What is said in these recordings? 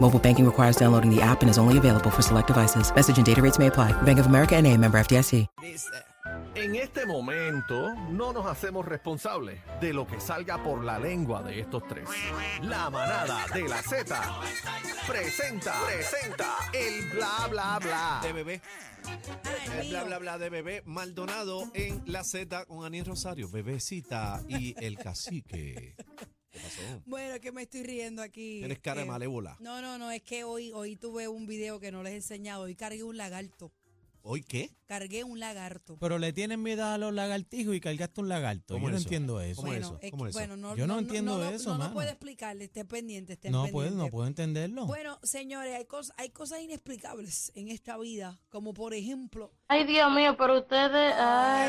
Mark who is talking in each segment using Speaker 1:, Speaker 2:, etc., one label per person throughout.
Speaker 1: Mobile banking requires downloading the app and is only available for select devices. Message and data rates may apply. Bank of America and a member FDIC.
Speaker 2: Dice, En este momento no nos hacemos responsables de lo que salga por la lengua de estos tres. La manada de la Z presenta, presenta el bla bla bla.
Speaker 3: de bebé. El Eh, bla, bla, bla de bebé Maldonado en la Z con Aniel Rosario, bebecita y el cacique. ¿Qué pasó?
Speaker 4: Bueno, que me estoy riendo aquí.
Speaker 3: Tienes cara de
Speaker 4: este.
Speaker 3: malévola.
Speaker 4: No, no, no, es que hoy, hoy tuve un video que no les he enseñado. Hoy cargué un lagarto.
Speaker 3: ¿Hoy qué?
Speaker 4: Cargué un lagarto.
Speaker 5: Pero le tienen miedo a los lagartijos y cargaste un lagarto. Yo
Speaker 3: ¿Cómo
Speaker 5: no
Speaker 3: eso?
Speaker 5: entiendo eso.
Speaker 3: ¿Cómo
Speaker 4: bueno,
Speaker 3: eso?
Speaker 4: es-
Speaker 3: ¿Cómo eso?
Speaker 4: bueno, no,
Speaker 5: Yo no entiendo
Speaker 4: no,
Speaker 5: eso,
Speaker 4: No, no
Speaker 5: mano.
Speaker 4: puedo explicarle, esté pendiente, esté
Speaker 5: No
Speaker 4: pendiente.
Speaker 5: puedo, no puedo entenderlo.
Speaker 4: Bueno, señores, hay cosas, hay cosas inexplicables en esta vida, como por ejemplo,
Speaker 6: Ay, Dios mío, pero ustedes. Ay,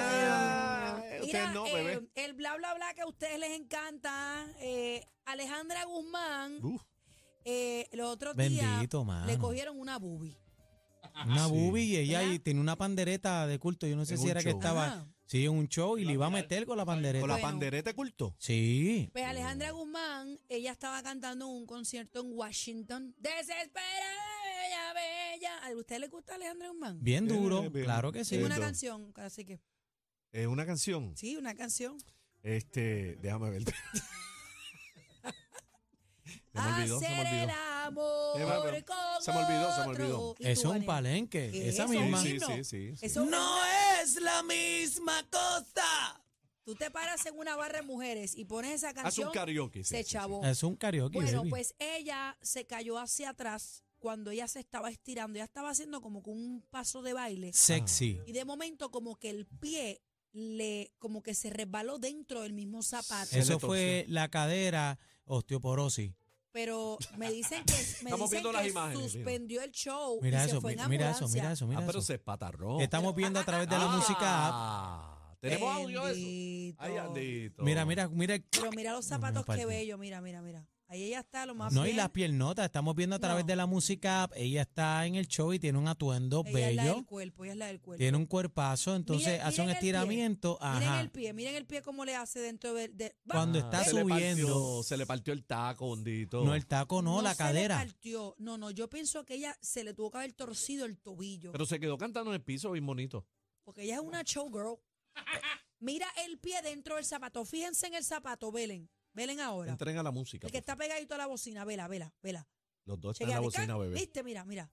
Speaker 3: Ah, eh,
Speaker 4: mira,
Speaker 3: Usted no,
Speaker 4: eh,
Speaker 3: bebé.
Speaker 4: el bla bla bla que a ustedes les encanta, eh, Alejandra Guzmán,
Speaker 3: Uf,
Speaker 4: eh, los otros
Speaker 5: Bendito,
Speaker 4: días
Speaker 5: mano.
Speaker 4: le cogieron una boobie.
Speaker 5: una
Speaker 3: Ah, sí.
Speaker 5: bubi y ella
Speaker 4: ¿Verdad? Ah.
Speaker 5: ahí tenía una pandereta de culto. Yo no sé
Speaker 3: En
Speaker 5: si
Speaker 3: un
Speaker 5: era
Speaker 3: show.
Speaker 5: que estaba
Speaker 4: Ajá.
Speaker 5: sí, en un show y le iba a meter con la pandereta.
Speaker 3: con la
Speaker 4: Bueno.
Speaker 3: pandereta culto.
Speaker 5: Sí.
Speaker 4: Pues Alejandra Guzmán, ella estaba cantando en un concierto en Washington. Desesperada, bella, bella. ¿A usted le gusta Alejandra Guzmán?
Speaker 5: Bien
Speaker 3: Bien,
Speaker 5: duro,
Speaker 3: bien.
Speaker 5: claro que sí.
Speaker 4: Tiene una
Speaker 3: Cierto.
Speaker 4: canción, así que.
Speaker 3: Eh, una canción.
Speaker 4: Sí, una canción.
Speaker 3: Este, déjame ver. Se me olvidó, se me
Speaker 4: Hacer el
Speaker 3: olvidó.
Speaker 4: amor
Speaker 3: Se me olvidó.
Speaker 4: con
Speaker 3: Se me olvidó, se me
Speaker 4: otro.
Speaker 3: olvidó.
Speaker 4: ¿Y tú,
Speaker 5: Eso es un
Speaker 4: Vanessa?
Speaker 5: palenque.
Speaker 4: ¿Qué
Speaker 5: Esa
Speaker 4: es eso?
Speaker 5: misma.
Speaker 4: Un
Speaker 3: Sí,
Speaker 4: himno.
Speaker 3: sí, sí, sí.
Speaker 4: Eso-
Speaker 5: es la misma cosa.
Speaker 4: Tú te paras en una barra de mujeres y pones esa
Speaker 3: Haz
Speaker 4: canción.
Speaker 3: un karaoke. sí,
Speaker 4: se
Speaker 3: sí, sí.
Speaker 4: chavó.
Speaker 5: Es un karaoke.
Speaker 4: Bueno,
Speaker 5: baby.
Speaker 4: pues ella se cayó hacia atrás cuando ella se estaba estirando. Ella estaba haciendo como que un paso de baile.
Speaker 5: Ah. Sexy.
Speaker 4: Y de momento como que el pie le como que se resbaló dentro del mismo zapato.
Speaker 3: Se le
Speaker 5: Eso
Speaker 3: torció.
Speaker 5: fue la cadera osteoporosis.
Speaker 4: Pero me dicen que, me
Speaker 3: Estamos
Speaker 4: dicen
Speaker 3: viendo las
Speaker 4: que
Speaker 3: imágenes, mira.
Speaker 4: suspendió el show
Speaker 5: Mira
Speaker 4: Uh, y
Speaker 5: eso,
Speaker 4: se fue
Speaker 5: mira,
Speaker 4: en
Speaker 5: mira eso,
Speaker 4: ambulancia.
Speaker 5: mira eso, mira
Speaker 3: Ah, pero
Speaker 5: eso.
Speaker 3: se patarró.
Speaker 5: Estamos viendo a través de la
Speaker 3: Ah.
Speaker 4: Ah.
Speaker 5: música app.
Speaker 3: Tenemos audio eso.
Speaker 4: Bendito.
Speaker 3: Ay, andito.
Speaker 5: Mira, mira, mira.
Speaker 4: Pero mira los
Speaker 5: No, mira,
Speaker 4: zapatos, qué
Speaker 5: parte.
Speaker 4: bello, mira, mira, mira. Ahí ella está lo más
Speaker 5: No, y
Speaker 4: bien.
Speaker 5: las piernotas, estamos viendo a través
Speaker 4: No.
Speaker 5: de la música, app, ella está en el show y tiene un atuendo
Speaker 4: Ella es la
Speaker 5: bello,
Speaker 4: del cuerpo, ella es la del cuerpo.
Speaker 5: tiene un cuerpazo, entonces
Speaker 4: Miren-
Speaker 5: hace
Speaker 4: miren
Speaker 5: un
Speaker 4: el pie,
Speaker 5: estiramiento,
Speaker 4: Miren
Speaker 5: ajá,
Speaker 4: el pie, miren el pie cómo le hace dentro de... de- ¡Va!
Speaker 5: Cuando
Speaker 3: Ah,
Speaker 5: está
Speaker 3: se le
Speaker 5: subiendo.
Speaker 3: partió- se le partió el taco, hondito.
Speaker 5: no el taco, no, la
Speaker 4: se le
Speaker 5: cadera.
Speaker 4: partió. No, no, yo pienso que ella se le tuvo que haber torcido el tobillo.
Speaker 3: Pero se quedó cantando en el piso bien bonito.
Speaker 4: Porque ella es una showgirl. Mira el pie dentro del zapato. Fíjense en el zapato, velen. Velen ahora.
Speaker 3: Entren a la música.
Speaker 4: el que
Speaker 3: por favor.
Speaker 4: está pegadito a la bocina, vela, vela, vela.
Speaker 3: Los dos están en
Speaker 4: Chequea
Speaker 3: la
Speaker 4: de acá.
Speaker 3: bocina, bebé.
Speaker 4: Viste, mira, mira.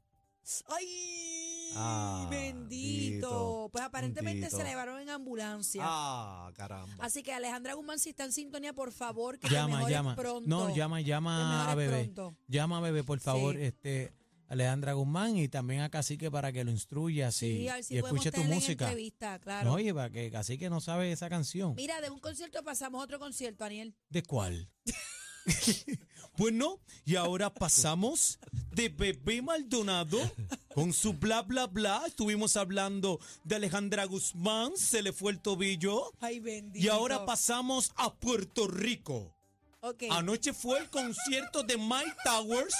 Speaker 4: ¡Ay!
Speaker 3: Ah,
Speaker 4: bendito.
Speaker 3: bendito,
Speaker 4: Pues aparentemente se
Speaker 3: bendito.
Speaker 4: la llevaron en ambulancia.
Speaker 3: Ah, caramba.
Speaker 4: Así que Alejandra Guzmán, si está en sintonía, por favor, que te
Speaker 5: Llama,
Speaker 4: mejores
Speaker 5: llama.
Speaker 4: pronto.
Speaker 5: No, llama,
Speaker 4: Que
Speaker 5: llama a
Speaker 4: mejores
Speaker 5: bebé.
Speaker 4: pronto.
Speaker 5: Llama a bebé, por favor,
Speaker 4: Sí.
Speaker 5: este Alejandra Guzmán y también a Cacique para que lo instruya
Speaker 4: Sí,
Speaker 5: si,
Speaker 4: a ver si
Speaker 5: y
Speaker 4: podemos
Speaker 5: escuche tu
Speaker 4: tenerla en
Speaker 5: música.
Speaker 4: entrevista, claro.
Speaker 5: No, oye, para que Cacique no sabe esa canción.
Speaker 4: Mira, de un concierto pasamos a otro concierto, Aniel.
Speaker 5: ¿De cuál? bueno, y ahora pasamos de Bebé Maldonado con su bla bla bla. Estuvimos hablando de Alejandra Guzmán, se le fue el tobillo.
Speaker 4: Ay, bendito.
Speaker 5: Y ahora Ah, pasamos a Puerto Rico.
Speaker 4: Ok.
Speaker 5: Anoche fue el concierto de Mike Towers,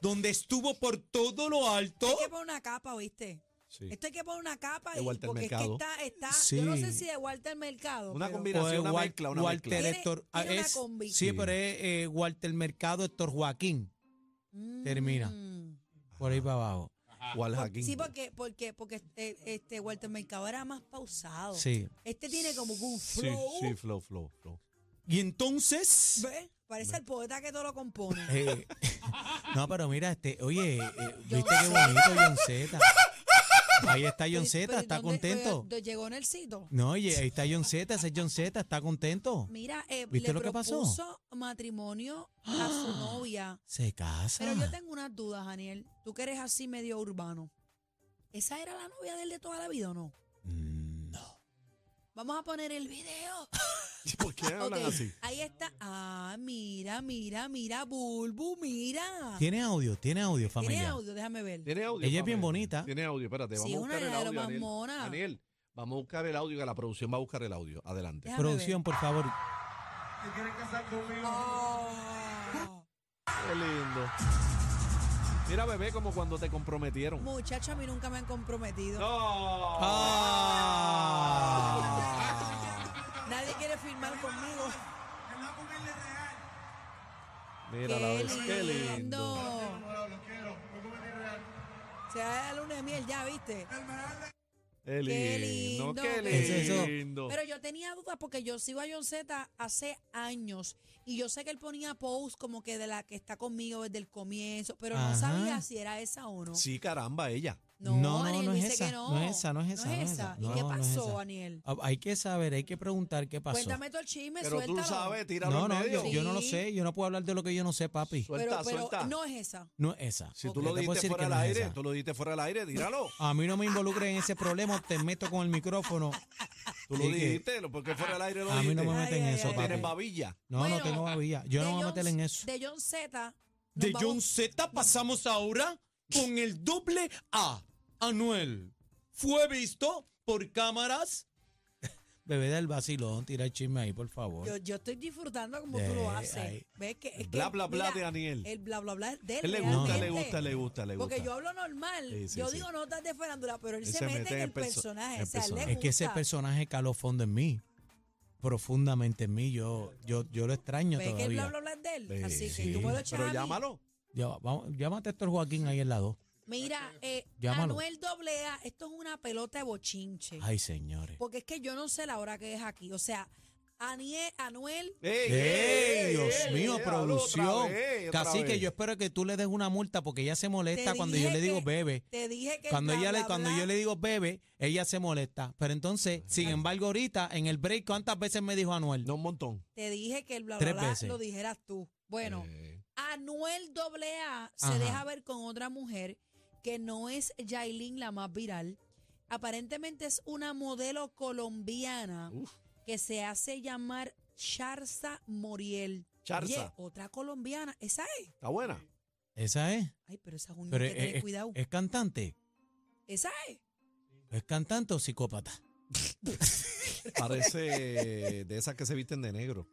Speaker 5: donde estuvo por todo lo alto.
Speaker 4: Hay que poner una capa, ¿oíste?
Speaker 3: Sí.
Speaker 4: Esto hay que poner una capa
Speaker 3: De
Speaker 4: y-
Speaker 3: Walter
Speaker 4: porque
Speaker 3: Mercado.
Speaker 4: es que está, está
Speaker 5: Sí.
Speaker 4: yo no sé si de Walter Mercado.
Speaker 3: Una
Speaker 4: pero-
Speaker 3: combinación,
Speaker 5: O, eh,
Speaker 3: una
Speaker 5: Wal-
Speaker 3: mezcla, una
Speaker 5: Walter
Speaker 3: mezcla.
Speaker 5: Héctor-
Speaker 4: Tiene- tiene una
Speaker 5: es-
Speaker 4: combi.
Speaker 5: sí,
Speaker 3: Sí.
Speaker 5: pero es eh, Walter Mercado, Héctor Joaquín,
Speaker 4: Mm.
Speaker 5: termina. por ahí para abajo.
Speaker 3: ¿Cuál
Speaker 4: Por-
Speaker 3: Jaquín?
Speaker 4: Sí, porque, porque, porque eh, este Walter Mercado era más pausado.
Speaker 5: Sí.
Speaker 4: Este tiene como que un
Speaker 3: Sí,
Speaker 4: flow.
Speaker 3: sí, flow, flow, flow.
Speaker 5: Y entonces...
Speaker 4: ¿Ve? Parece el poeta que todo lo compone.
Speaker 5: Eh, no, pero mira, este, oye, eh, viste
Speaker 4: John
Speaker 5: qué bonito John Z. Ahí está John
Speaker 4: Pero,
Speaker 5: Z,
Speaker 4: pero,
Speaker 5: está
Speaker 4: ¿dónde-
Speaker 5: contento.
Speaker 4: pero, ¿Llegó en el sitio?
Speaker 5: No, oye, ahí está John Z, ese es John Z, está contento.
Speaker 4: Mira, eh,
Speaker 5: ¿Viste
Speaker 4: le
Speaker 5: lo que pasó?
Speaker 4: propuso matrimonio a su novia.
Speaker 5: Se casa.
Speaker 4: Pero yo tengo unas dudas, Daniel. Tú que eres así medio urbano. ¿Esa era la novia de él de toda la vida o no?
Speaker 5: Mm, No.
Speaker 4: Vamos a poner el video.
Speaker 3: ¿Por qué hablan
Speaker 4: Ok,
Speaker 3: así?
Speaker 4: Ahí está. Ah, mira, mira, mira, Bulbu, mira.
Speaker 5: Tiene audio, tiene audio, familia.
Speaker 4: Tiene audio, déjame ver.
Speaker 3: Tiene audio.
Speaker 5: Ella es
Speaker 3: Pamela?
Speaker 5: bien bonita.
Speaker 3: Tiene audio, espérate.
Speaker 4: Sí,
Speaker 3: Vamos a
Speaker 4: una
Speaker 3: buscar el
Speaker 4: de las
Speaker 3: audio. Daniel.
Speaker 4: mamona.
Speaker 3: Daniel, vamos a buscar el audio que la producción va a buscar el audio. Adelante.
Speaker 4: Déjame
Speaker 5: Producción, por favor.
Speaker 4: Ah,
Speaker 3: Qué lindo. Mira, bebé, como cuando te comprometieron.
Speaker 4: Muchacha, a mí nunca me han comprometido.
Speaker 3: No.
Speaker 4: Nadie quiere firmar conmigo.
Speaker 3: Mira la vez. Qué lindo.
Speaker 4: Se da la luna de miel ya, ¿viste?
Speaker 3: Qué
Speaker 4: Qué
Speaker 3: lindo.
Speaker 4: lindo,
Speaker 3: Qué
Speaker 4: bebé.
Speaker 5: ¿Es eso?
Speaker 3: lindo.
Speaker 4: Pero yo tenía dudas porque yo sigo a John Z hace años y yo sé que él ponía posts como que de la que está conmigo desde el comienzo, pero no
Speaker 5: Ajá.
Speaker 4: sabía si era esa o no.
Speaker 3: Sí, caramba, ella.
Speaker 4: No,
Speaker 5: No, no,
Speaker 4: Daniel
Speaker 5: no es
Speaker 4: dice
Speaker 5: esa,
Speaker 4: que no.
Speaker 5: no es esa, no es esa, no es esa.
Speaker 4: ¿Y
Speaker 5: No,
Speaker 4: qué
Speaker 5: no es
Speaker 4: pasó,
Speaker 5: esa.
Speaker 4: Daniel?
Speaker 5: Ah, Hay que saber, hay que preguntar qué pasó.
Speaker 4: Cuéntame todo el chisme,
Speaker 3: Pero
Speaker 4: suéltalo.
Speaker 3: tú sabes, tíralo
Speaker 5: no,
Speaker 3: en
Speaker 5: no,
Speaker 3: medio.
Speaker 5: yo, yo no lo
Speaker 4: Sí.
Speaker 5: sé, yo no puedo hablar de lo que yo no sé, papi.
Speaker 3: Suelta,
Speaker 4: Pero, pero
Speaker 3: suelta.
Speaker 4: no es esa.
Speaker 5: No es esa.
Speaker 3: si tú lo
Speaker 5: Yo te puedo
Speaker 3: dijiste
Speaker 5: decir que
Speaker 3: fuera al
Speaker 5: no es
Speaker 3: aire,
Speaker 5: esa.
Speaker 3: tú lo dijiste fuera al aire, tíralo.
Speaker 5: A mí no me involucres en ese problema, te meto con el micrófono.
Speaker 3: Tú lo
Speaker 5: Así que
Speaker 3: dijiste, lo- porque fuera al aire lo
Speaker 5: A mí no me
Speaker 3: dijiste.
Speaker 5: meten en
Speaker 4: Ay,
Speaker 5: eso,
Speaker 4: ay, ay.
Speaker 5: papi.
Speaker 3: Tienes babilla.
Speaker 5: No,
Speaker 4: Bueno,
Speaker 5: no tengo babilla. Yo no
Speaker 4: De
Speaker 5: me voy a
Speaker 4: John-
Speaker 5: meter en eso.
Speaker 4: De John Z.
Speaker 5: De
Speaker 4: nos
Speaker 5: John
Speaker 4: vamos-
Speaker 5: Z pasamos ahora con el doble A. Anuel fue visto por cámaras. Bebé del vacilón, tira el chisme ahí, por favor.
Speaker 4: Yo, yo estoy disfrutando como
Speaker 5: De
Speaker 4: tú lo haces.
Speaker 5: ahí.
Speaker 4: ¿Ves que, es que,
Speaker 3: Bla, bla, bla
Speaker 4: mira,
Speaker 3: de Daniel.
Speaker 4: El bla, bla, bla de él.
Speaker 3: Él le gusta, le
Speaker 4: realmente.
Speaker 3: gusta, le gusta, le gusta.
Speaker 4: Porque yo hablo normal.
Speaker 3: Sí, sí,
Speaker 4: yo
Speaker 3: sí.
Speaker 4: digo notas de farándula, pero él,
Speaker 3: Él
Speaker 4: se, mete, en
Speaker 3: perso- en
Speaker 4: el personaje.
Speaker 3: el
Speaker 4: o sea, él le
Speaker 3: personaje.
Speaker 5: es que ese
Speaker 4: gusta.
Speaker 5: personaje caló fondo en mí. Profundamente en mí. Yo, yo, yo lo extraño
Speaker 4: ¿Ves que el bla,
Speaker 5: todavía.
Speaker 4: bla, bla de él?
Speaker 3: Sí,
Speaker 4: Así que
Speaker 5: sí.
Speaker 4: tú me lo echas a
Speaker 3: Pero
Speaker 4: mí.
Speaker 3: llámalo.
Speaker 5: Ya, vamos, llámate a Héctor Joaquín ahí en la 2.
Speaker 4: Mira, eh,
Speaker 5: Llámalo.
Speaker 4: Anuel AA, esto es una pelota de bochinche.
Speaker 5: Ay, señores.
Speaker 4: Porque es que yo no sé la hora que es aquí. O sea, Aniel, Anuel
Speaker 3: ¡Ey,
Speaker 5: ¡Ey, Dios mío, producción!
Speaker 3: Casi
Speaker 5: Casi que yo espero que tú le des una multa porque ella se molesta
Speaker 4: Te
Speaker 5: cuando
Speaker 4: dije
Speaker 5: yo le digo
Speaker 4: que-
Speaker 5: bebe.
Speaker 4: te dije que. el
Speaker 5: Cuando,
Speaker 4: bla,
Speaker 5: ella le,
Speaker 4: bla,
Speaker 5: cuando
Speaker 4: bla-
Speaker 5: yo le digo bebe, ella se molesta. Pero entonces, sin embargo, ahorita en el break, ¿cuántas veces me dijo Anuel?
Speaker 3: No, un montón.
Speaker 4: Te dije que el bla, bla,
Speaker 5: Tres
Speaker 4: bla
Speaker 5: veces.
Speaker 4: lo dijeras tú. Bueno,
Speaker 3: Eh,
Speaker 4: Anuel AA se
Speaker 5: Ajá.
Speaker 4: deja ver con otra mujer que no es Yailin la más viral. Aparentemente es una modelo colombiana
Speaker 3: Uf.
Speaker 4: que se hace llamar Charza Moriel.
Speaker 3: Charza.
Speaker 4: Oye, otra colombiana. Esa es.
Speaker 3: ¿Está buena?
Speaker 5: Esa es.
Speaker 4: Ay, pero esa es un
Speaker 5: Pero eh,
Speaker 4: hay que
Speaker 5: es,
Speaker 4: tener
Speaker 5: es-
Speaker 4: cuidado.
Speaker 5: es cantante.
Speaker 4: Esa es.
Speaker 5: ¿Es cantante o psicópata?
Speaker 3: Parece de esas que se visten de negro.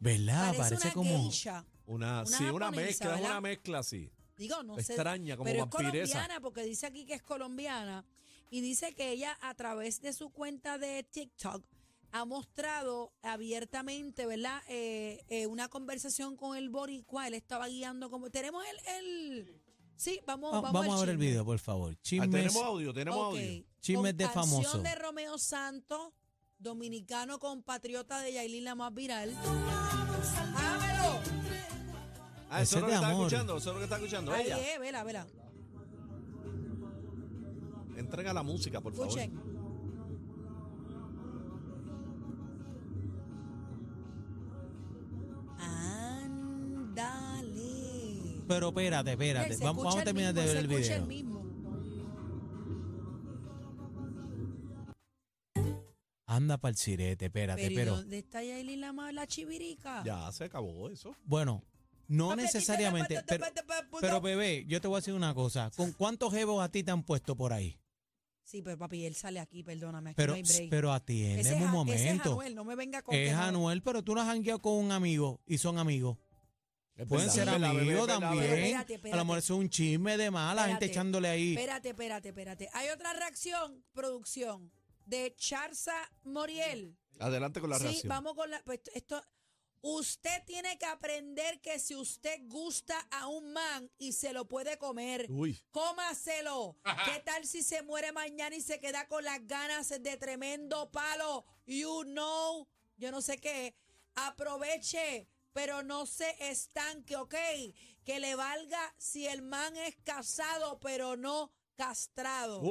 Speaker 5: ¿Verdad? Ah, Parece,
Speaker 4: una
Speaker 5: como.
Speaker 4: geisha.
Speaker 3: Una,
Speaker 4: Una
Speaker 3: sí, una
Speaker 4: japonesa,
Speaker 3: mezcla, es
Speaker 4: ¿verdad?
Speaker 3: una mezcla así.
Speaker 4: Digo, no sé.
Speaker 3: Extraña, como
Speaker 4: pero es
Speaker 3: vampiresa.
Speaker 5: Ah,
Speaker 4: colombiana porque dice aquí que es colombiana y dice que ella a través de su cuenta de TikTok ha mostrado abiertamente, ¿verdad? Eh, eh, una conversación con el boricua, él estaba guiando como... Tenemos el... el... Sí, vamos,
Speaker 5: Va-
Speaker 4: vamos,
Speaker 5: Ah, Oh, vamos
Speaker 4: al
Speaker 5: a ver el
Speaker 4: chisme.
Speaker 5: video, por favor.
Speaker 3: Ah,
Speaker 5: Chismes.
Speaker 3: tenemos audio, tenemos
Speaker 4: Ok.
Speaker 3: audio.
Speaker 5: Chismes
Speaker 4: Con
Speaker 5: de famoso.
Speaker 4: Canción de Romeo Santos, dominicano compatriota de Yailin la más viral. ¡Ámelo!
Speaker 3: Ah, eso
Speaker 5: Ese
Speaker 3: es lo que
Speaker 5: es de
Speaker 3: está
Speaker 5: amor.
Speaker 3: escuchando, eso es lo que está escuchando
Speaker 4: Ahí
Speaker 3: ella.
Speaker 4: es, vela, vela.
Speaker 3: Entrega la música, por favor.
Speaker 4: Escuchen. Ándale.
Speaker 5: Pero espérate, espérate.
Speaker 4: Se
Speaker 5: Vamos, vamos
Speaker 4: escucha
Speaker 5: a
Speaker 4: el
Speaker 5: terminar de
Speaker 4: mismo,
Speaker 5: ver
Speaker 4: se
Speaker 5: el
Speaker 4: escucha
Speaker 5: video. Ah,
Speaker 4: mismo.
Speaker 5: Anda para el sirete, espérate,
Speaker 4: Pero ¿y
Speaker 5: pero.
Speaker 4: ¿dónde está Yailin la, ma- la chivirica?
Speaker 3: Ya se acabó eso.
Speaker 5: Bueno, no
Speaker 4: Papi, aquí
Speaker 5: necesariamente.
Speaker 4: tenemos-
Speaker 5: Pero, pero, bebé, yo te voy a decir una cosa. ¿Con cuántos jevos a ti te han puesto por ahí?
Speaker 4: Sí, pero papi, él sale aquí, perdóname. Aquí
Speaker 5: Pero,
Speaker 4: no hay break.
Speaker 5: pero
Speaker 4: Ese es
Speaker 5: atiéndeme un
Speaker 4: a- Ese es
Speaker 5: momento.
Speaker 4: Anuel, no me venga con que
Speaker 5: Es
Speaker 4: no.
Speaker 5: Anuel, pero tú no has jangueado con un amigo y son amigos.
Speaker 3: Es
Speaker 5: Pueden
Speaker 3: verdad,
Speaker 5: ser
Speaker 3: es verdad,
Speaker 5: amigos
Speaker 3: bebé, es verdad,
Speaker 5: también.
Speaker 3: bebé.
Speaker 4: Espérate,
Speaker 5: A
Speaker 4: espérate.
Speaker 5: lo mejor es un chisme de mala, la gente
Speaker 4: Espérate,
Speaker 5: echándole ahí.
Speaker 4: Espérate, espérate, espérate. Hay otra reacción, producción, de Charza Moriel.
Speaker 3: Adelante con la
Speaker 4: sí,
Speaker 3: reacción.
Speaker 4: vamos con la. pues, esto, usted tiene que aprender que si usted gusta a un man y se lo puede comer,
Speaker 3: Uy.
Speaker 4: cómaselo. ¿Qué tal si se muere mañana y se queda con las ganas de tremendo palo? You know, yo no sé qué. Aproveche, pero no se estanque, ¿ok? Que le valga si el man es casado, pero no castrado.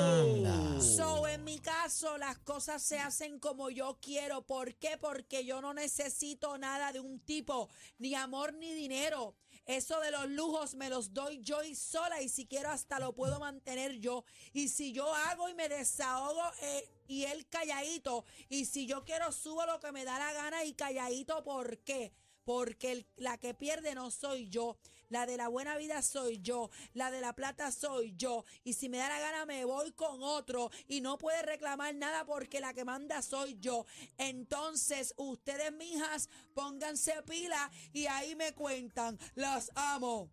Speaker 5: Anda.
Speaker 4: So, en mi caso, las cosas se hacen como yo quiero. ¿Por qué? Porque yo no necesito nada de un tipo, ni amor ni dinero. Eso de los lujos me los doy yo y sola y si quiero hasta lo puedo mantener yo. Y si yo hago y me desahogo eh, y él calladito. Y si yo quiero subo lo que me da la gana y calladito, ¿por qué? Porque el- la que pierde no soy yo, la de la buena vida soy yo, la de la plata soy yo. Y si me da la gana me voy con otro y no puede reclamar nada porque la que manda soy yo. Entonces, ustedes, mijas, pónganse pila y ahí me cuentan. Las amo.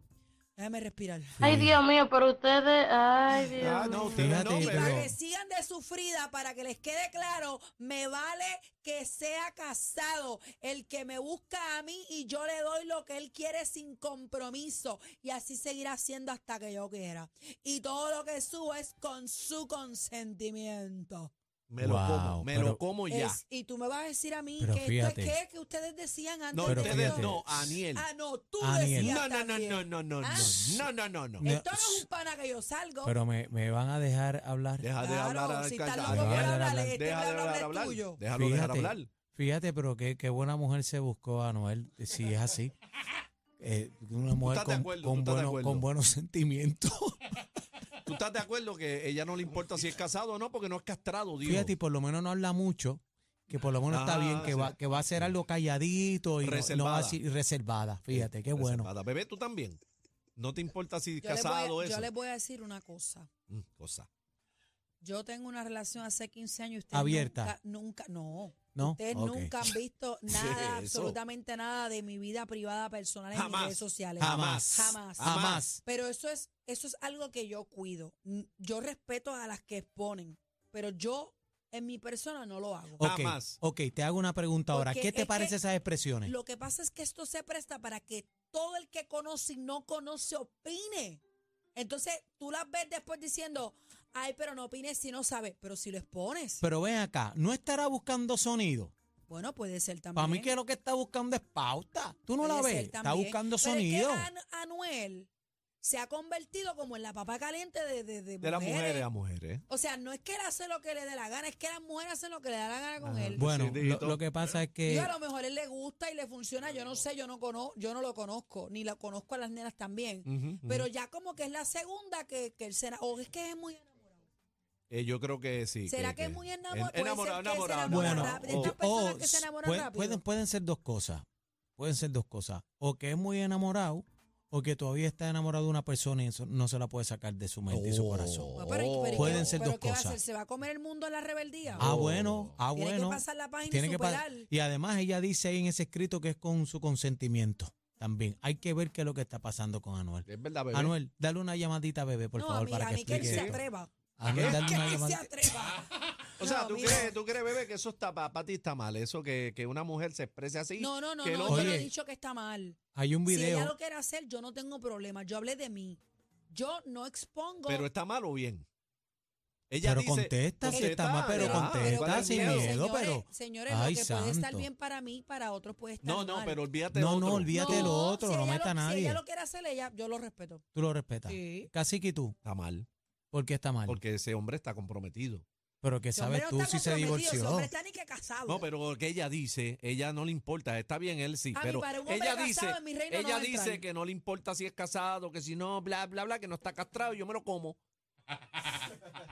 Speaker 4: Déjame respirar.
Speaker 6: Ay, Dios mío, pero ustedes, ay, Dios
Speaker 3: Ah,
Speaker 6: mío.
Speaker 3: no, ustedes no,
Speaker 5: Fíjate,
Speaker 3: pero-
Speaker 4: Para que sigan de sufrida, para que les quede claro, me vale que sea casado. El que me busca a mí y yo le doy lo que él quiere sin compromiso. Y así seguirá siendo hasta que yo quiera. Y todo lo que subo es con su consentimiento.
Speaker 3: Me lo
Speaker 5: Wow,
Speaker 3: como, me
Speaker 5: pero-
Speaker 3: lo como Oh, ya.
Speaker 4: Es- y tú me vas a decir a mí
Speaker 5: Pero
Speaker 4: que esto
Speaker 5: fíjate.
Speaker 4: es que, que ustedes decían antes.
Speaker 3: No,
Speaker 5: Pero
Speaker 4: de
Speaker 3: ustedes
Speaker 5: fíjate.
Speaker 3: no, Aniel.
Speaker 4: Ah, no, tú
Speaker 5: Aniel.
Speaker 4: decías.
Speaker 3: No, no, no,
Speaker 4: también.
Speaker 3: no, no, no, no,
Speaker 4: Ah.
Speaker 3: no, no, no, no.
Speaker 5: No.
Speaker 4: Esto no es un pana que yo salgo.
Speaker 5: Pero me, me van a dejar hablar.
Speaker 3: Deja de
Speaker 4: Claro,
Speaker 3: hablar al
Speaker 4: si estás
Speaker 3: cantante.
Speaker 5: loco por
Speaker 3: Deja de
Speaker 5: hablar,
Speaker 3: hablar,
Speaker 4: este
Speaker 3: deja de
Speaker 4: habla,
Speaker 3: hablar,
Speaker 4: habla
Speaker 3: hablar.
Speaker 4: tuyo.
Speaker 3: Déjalo dejar
Speaker 5: Fíjate.
Speaker 3: hablar.
Speaker 5: Fíjate, pero qué, qué buena mujer se buscó a Noel, si es así. Eh, una mujer
Speaker 3: estás de
Speaker 5: con,
Speaker 3: acuerdo,
Speaker 5: con
Speaker 3: tú estás de
Speaker 5: buenos-
Speaker 3: acuerdo.
Speaker 5: con buenos sentimientos.
Speaker 3: ¿Tú estás de acuerdo que ella no le importa si es casado o no? Porque no es castrado, Dios.
Speaker 5: Fíjate, y por lo menos no habla mucho, que por lo menos está
Speaker 3: Ah,
Speaker 5: bien, que,
Speaker 3: sí.
Speaker 5: va, que va a ser algo calladito y no- no va a
Speaker 3: Reservada.
Speaker 5: decir- y reservada. Fíjate, qué bueno.
Speaker 3: Reservada. Bebé, tú también. No te importa si es
Speaker 4: Yo les voy a-
Speaker 3: casado o eso.
Speaker 4: yo les voy a decir una cosa.
Speaker 3: Mm, cosa.
Speaker 4: Yo tengo una relación hace 15 años y ustedes
Speaker 5: Abierta.
Speaker 4: Nunca, nunca no.
Speaker 5: ¿No?
Speaker 4: Ustedes
Speaker 5: Ok.
Speaker 4: nunca han visto nada,
Speaker 3: Sí, eso.
Speaker 4: absolutamente nada de mi vida privada personal en mis
Speaker 3: Jamás,
Speaker 4: redes sociales.
Speaker 3: jamás, Ah.
Speaker 4: Jamás.
Speaker 5: Jamás.
Speaker 4: Pero eso es, eso es algo que yo cuido. N- Yo respeto a las que exponen, pero yo en mi persona no lo hago.
Speaker 5: Ok,
Speaker 3: Jamás.
Speaker 5: ok, te hago una pregunta ahora.
Speaker 4: Porque
Speaker 5: ¿Qué
Speaker 4: es
Speaker 5: te
Speaker 4: que
Speaker 5: parecen esas expresiones?
Speaker 4: Lo que pasa es que esto se presta para que todo el que conoce y no conoce opine. Entonces tú las ves después diciendo, ay, pero no opines si no sabes, pero si lo expones.
Speaker 5: Pero ven acá, no estará buscando sonido.
Speaker 4: bueno, puede ser también.
Speaker 5: Para mí que lo que está buscando es pauta. Tú no la
Speaker 4: Puede ser
Speaker 5: ves. Está
Speaker 4: también.
Speaker 5: buscando
Speaker 4: Pero es que
Speaker 5: sonido.
Speaker 4: An- Anuel se ha convertido como en la papa caliente de, de, de
Speaker 3: De las
Speaker 4: mujeres.
Speaker 3: mujeres a mujeres.
Speaker 4: O sea, no es que él hace lo que le dé la gana, es que las mujeres hacen lo que le da la gana con él.
Speaker 5: Ah, Bueno, lo,
Speaker 3: Decidito.
Speaker 5: lo que pasa
Speaker 4: Digo,
Speaker 5: es que
Speaker 4: a lo mejor él le gusta y le funciona, yo no sé, yo no cono, yo no lo conozco, ni lo conozco a las nenas también.
Speaker 3: Ujú, ujú.
Speaker 4: Pero ya como que es la segunda que, que él será, o es que es muy enamorado.
Speaker 3: Eh, yo creo que sí.
Speaker 4: ¿Será que es muy enamorado?
Speaker 3: En- Enamorado,
Speaker 4: Puede ser que se
Speaker 3: enamorado.
Speaker 4: enamora
Speaker 5: bueno, oh,
Speaker 4: rápido.
Speaker 3: o-
Speaker 4: Estas personas que
Speaker 5: o
Speaker 4: se enamoran
Speaker 5: pueden-
Speaker 4: rápido.
Speaker 5: pueden pueden ser dos cosas. Pueden ser dos cosas. O que es muy enamorado o que todavía está enamorado de una persona y eso no se la puede sacar de su mente y su
Speaker 3: Oh.
Speaker 5: corazón.
Speaker 4: Bueno, pero- pero- pero-
Speaker 5: Pueden ser
Speaker 4: pero
Speaker 5: dos
Speaker 4: ¿qué va a
Speaker 5: cosas.
Speaker 4: hacer? ¿Se va a comer el mundo en la rebeldía?
Speaker 5: Ah, bueno, ah,
Speaker 4: Tiene que
Speaker 5: bueno.
Speaker 4: pasar la página y
Speaker 5: Tiene que pa-
Speaker 4: superar.
Speaker 5: y además ella dice ahí en ese escrito que es con su consentimiento. También hay que ver qué es lo que está pasando con Anuel.
Speaker 4: pues,
Speaker 3: Es verdad, bebé.
Speaker 5: Anuel, dale una llamadita a bebé, por
Speaker 4: no,
Speaker 5: favor,
Speaker 4: a mí,
Speaker 5: para
Speaker 4: a
Speaker 5: que
Speaker 4: mí que él
Speaker 5: explique.
Speaker 4: se
Speaker 5: esto.
Speaker 4: atreva.
Speaker 5: Anuel, dale una
Speaker 4: Que se
Speaker 5: llamadita.
Speaker 4: atreva.
Speaker 3: O sea,
Speaker 4: No,
Speaker 3: ¿tú,
Speaker 4: mira.
Speaker 3: crees, ¿tú crees, bebé, que eso está para ti está mal? Eso que, que una mujer se exprese así.
Speaker 4: No, no, no,
Speaker 3: que el
Speaker 4: no,
Speaker 3: otro-
Speaker 4: yo no he
Speaker 5: Oye,
Speaker 4: dicho que está mal.
Speaker 5: Hay un
Speaker 4: Si ella
Speaker 5: video.
Speaker 4: lo quiere hacer, yo no tengo problema. Yo hablé de mí. Yo no expongo.
Speaker 3: Pero está mal o bien. Ella
Speaker 5: Pero
Speaker 3: dice,
Speaker 5: contesta, si está mal, pero
Speaker 3: ya,
Speaker 5: contesta,
Speaker 3: ¿cuál es el
Speaker 5: sin
Speaker 3: miedo?
Speaker 5: miedo.
Speaker 4: señores,
Speaker 5: pero-
Speaker 4: señores,
Speaker 5: Ay,
Speaker 4: lo que puede estar
Speaker 5: santo.
Speaker 4: bien para mí, para otros puede estar
Speaker 3: No,
Speaker 4: mal.
Speaker 3: no, pero olvídate
Speaker 5: No,
Speaker 3: de
Speaker 5: no,
Speaker 3: otro.
Speaker 5: olvídate
Speaker 4: No,
Speaker 5: del otro,
Speaker 4: si
Speaker 5: no
Speaker 4: ella
Speaker 5: meta a
Speaker 4: lo- Si
Speaker 5: nadie.
Speaker 4: ella lo quiere hacer, ella, yo lo respeto.
Speaker 5: Tú lo respetas.
Speaker 4: Sí.
Speaker 5: Cacique y tú,
Speaker 3: Está mal,
Speaker 5: ¿por qué está mal?
Speaker 3: porque ese hombre está comprometido.
Speaker 5: Pero que
Speaker 4: Ese hombre
Speaker 5: sabes
Speaker 4: no
Speaker 5: tú
Speaker 4: está
Speaker 5: si se
Speaker 4: comprometido,
Speaker 5: divorció.
Speaker 4: Ese hombre está ni que casado.
Speaker 3: No, pero lo que ella dice, ella no le importa. Está bien él sí,
Speaker 4: A mí,
Speaker 3: pero
Speaker 4: para un hombre
Speaker 3: ella
Speaker 4: casado,
Speaker 3: dice,
Speaker 4: en mi reino no
Speaker 3: ella
Speaker 4: va a entrar.
Speaker 3: dice que no le importa si es casado, que si no, bla, bla, bla, que no está castrado, yo me lo como.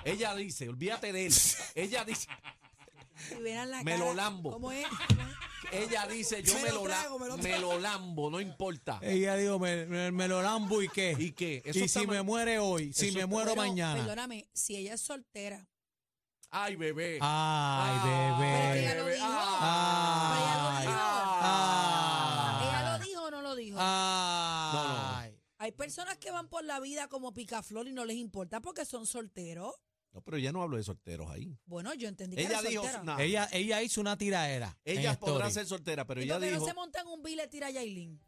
Speaker 3: ella dice, olvídate de él. Ella dice,
Speaker 4: Si vieran la
Speaker 3: me
Speaker 4: cara,
Speaker 3: lo lambo.
Speaker 4: ¿Cómo es?
Speaker 3: ella dice, yo
Speaker 4: Me
Speaker 3: me,
Speaker 4: lo
Speaker 3: lo, la-
Speaker 4: trago, me lo
Speaker 3: me lo lambo, no importa.
Speaker 5: Ella dijo, me, me- me lo lambo y qué.
Speaker 3: ¿Y qué? Eso
Speaker 5: y
Speaker 3: está
Speaker 5: si
Speaker 3: mal.
Speaker 5: me muere hoy, si
Speaker 3: Eso
Speaker 5: me
Speaker 3: está-
Speaker 5: muero
Speaker 4: Bueno,
Speaker 5: mañana.
Speaker 4: Perdóname, si ella es soltera,
Speaker 3: Ay, bebé. Ah,
Speaker 4: Pero
Speaker 5: Ay,
Speaker 4: ella
Speaker 5: bebé.
Speaker 4: lo dijo.
Speaker 3: Ay. Ah.
Speaker 4: Pero ella lo dijo. Eh,
Speaker 5: Ay.
Speaker 4: ¿Ella lo dijo o no lo dijo?
Speaker 5: Ah. Ay.
Speaker 4: Hay personas que van por la vida como picaflor y no les importa porque son solteros.
Speaker 3: No, pero ya no hablo de solteros ahí.
Speaker 4: Bueno, yo entendí que
Speaker 3: Ella
Speaker 4: era
Speaker 3: dijo,
Speaker 4: soltera.
Speaker 3: nah,
Speaker 5: Ella, ella hizo una tiraera. en
Speaker 3: ella podrá
Speaker 5: story.
Speaker 3: ser soltera, pero
Speaker 4: ¿Y
Speaker 3: ella
Speaker 4: por qué
Speaker 3: dijo,
Speaker 4: no se monta en un bile tira a Yailin?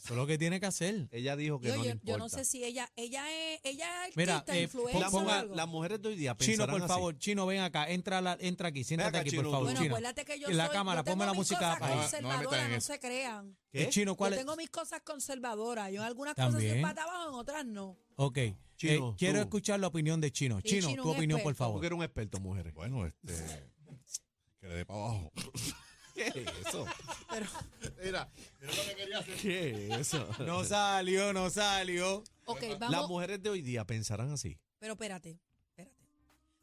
Speaker 5: Eso es lo que tiene que hacer.
Speaker 3: Ella dijo que
Speaker 4: Yo,
Speaker 3: no
Speaker 4: yo-
Speaker 3: le
Speaker 4: yo
Speaker 3: importa.
Speaker 4: no sé si ella, ella es, ella es
Speaker 5: Mira,
Speaker 4: artista,
Speaker 5: eh,
Speaker 4: influencer
Speaker 3: Las
Speaker 4: o
Speaker 5: ponga-
Speaker 4: algo.
Speaker 3: mujeres- las mujeres de hoy día
Speaker 5: Chino,
Speaker 3: pensarán
Speaker 5: por
Speaker 3: así.
Speaker 5: favor, Chino, ven acá, entra, a la- entra aquí, siéntate
Speaker 3: acá,
Speaker 5: aquí,
Speaker 3: Chino,
Speaker 5: por favor,
Speaker 4: bueno,
Speaker 3: Chino.
Speaker 4: acuérdate que yo
Speaker 5: En la
Speaker 4: soy,
Speaker 5: cámara,
Speaker 4: yo tengo
Speaker 5: ponme la
Speaker 4: mis
Speaker 5: música
Speaker 4: cosas
Speaker 5: para- No, no me metan
Speaker 4: conservadoras,
Speaker 7: en
Speaker 4: no
Speaker 7: eso.
Speaker 4: se crean.
Speaker 3: ¿Qué?
Speaker 5: Eh, Chino, ¿cuál
Speaker 4: yo
Speaker 5: es?
Speaker 4: tengo mis cosas conservadoras. Yo en algunas cosas
Speaker 5: También.
Speaker 4: soy para abajo, en otras no.
Speaker 5: Ok, eh,
Speaker 3: Chino,
Speaker 5: quiero
Speaker 3: tú.
Speaker 5: escuchar la opinión de Chino.
Speaker 4: Sí,
Speaker 5: Chino,
Speaker 4: Chino,
Speaker 5: tu
Speaker 4: un
Speaker 5: opinión, por
Speaker 4: experto.
Speaker 5: favor.
Speaker 3: Porque era un experto, mujeres.
Speaker 7: Bueno, este. Que le dé para abajo.
Speaker 3: ¿Qué es eso?
Speaker 4: Pero
Speaker 7: Mira, mira lo que quería hacer.
Speaker 3: ¿Qué es eso?
Speaker 5: No salió, no salió.
Speaker 4: ok,
Speaker 3: Las
Speaker 4: vamos,
Speaker 3: mujeres de hoy día pensarán así.
Speaker 4: pero espérate, espérate.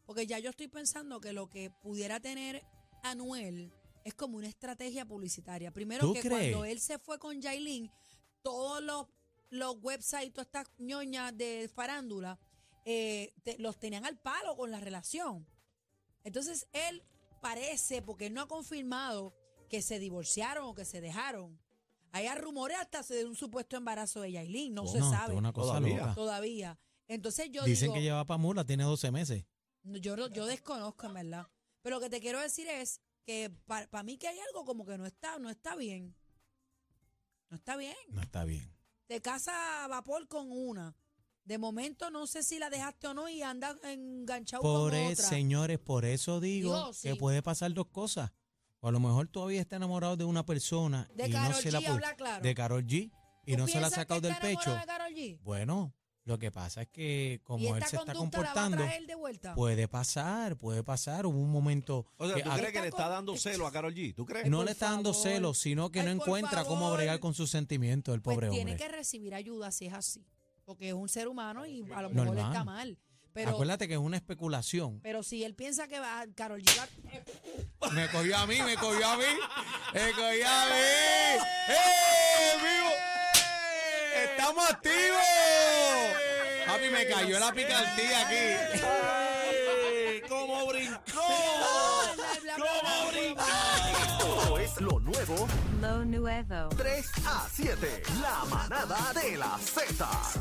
Speaker 4: Porque ya yo estoy pensando que lo que pudiera tener Anuel es como una estrategia publicitaria. Primero
Speaker 5: ¿Tú
Speaker 4: que
Speaker 5: crees?
Speaker 4: cuando él se fue con Yailin, todos los, los websites, todas estas ñoñas de farándula, eh, te- los tenían al palo con la relación. Entonces él parece, porque él no ha confirmado que se divorciaron o que se dejaron. Hay rumores hasta de un supuesto embarazo de Yailin, no se
Speaker 5: No, esto
Speaker 4: sabe
Speaker 5: es una cosa
Speaker 3: todavía.
Speaker 5: loca.
Speaker 4: todavía. Entonces yo
Speaker 5: Dicen
Speaker 4: digo,
Speaker 5: que lleva pa' mula, tiene 12 meses.
Speaker 4: no, yo, no- yo desconozco en verdad. Pero lo que te quiero decir es que para mí que hay algo como que no está, no está bien. No está bien.
Speaker 5: No está bien.
Speaker 4: Te casa a vapor con una. De momento no sé si la dejaste o no y andas enganchado
Speaker 5: Por
Speaker 4: con
Speaker 5: eso,
Speaker 4: otra.
Speaker 5: señores, por eso digo
Speaker 4: Digo, sí.
Speaker 5: que puede pasar dos cosas. O a lo mejor todavía está enamorado de una persona
Speaker 4: De
Speaker 5: y
Speaker 4: Karol
Speaker 5: no se
Speaker 4: G,
Speaker 5: la pu-
Speaker 4: habla claro.
Speaker 5: de Karol G y
Speaker 4: ¿Tú
Speaker 5: no se la ha
Speaker 4: piensas que
Speaker 5: sacado del
Speaker 4: está
Speaker 5: pecho.
Speaker 4: enamorado de Karol G?
Speaker 5: Bueno, lo que pasa es que
Speaker 4: y
Speaker 5: como él
Speaker 4: esta
Speaker 5: se está
Speaker 4: conducta la
Speaker 5: comportando, Pues,
Speaker 4: va a traer de vuelta.
Speaker 5: puede pasar, puede pasar. Hubo un momento
Speaker 3: O sea,
Speaker 5: que
Speaker 3: ¿tú
Speaker 5: a-
Speaker 3: crees que le está dando
Speaker 4: Está con-
Speaker 3: celo a Carol G? ¿Tú crees?
Speaker 4: Ay,
Speaker 5: no
Speaker 4: por
Speaker 5: le está dando
Speaker 4: favor.
Speaker 5: celos, sino que
Speaker 4: Ay,
Speaker 5: no
Speaker 4: por
Speaker 5: encuentra cómo
Speaker 4: favor.
Speaker 5: bregar con sus sentimientos el
Speaker 4: pues
Speaker 5: pobre
Speaker 4: tiene
Speaker 5: hombre.
Speaker 4: que recibir ayuda si es así, porque es un ser humano y a lo mejor
Speaker 5: Normal.
Speaker 4: está mal. Pero
Speaker 5: Acuérdate que es una especulación.
Speaker 4: Pero si él piensa que va Carol G. va-
Speaker 5: Me cogió a mí, me cogió a mí, me cogió a mí. ¡Eh, vivo!
Speaker 3: ¡Eh!
Speaker 5: ¡Estamos activos! Papi, me cayó la picardía aquí.
Speaker 3: ¡Eh! ¿Cómo brincó?
Speaker 4: Bla, bla, bla, bla, bla, bla.
Speaker 2: Esto es lo nuevo. Lo nuevo. 3 a 7. La manada de la Z.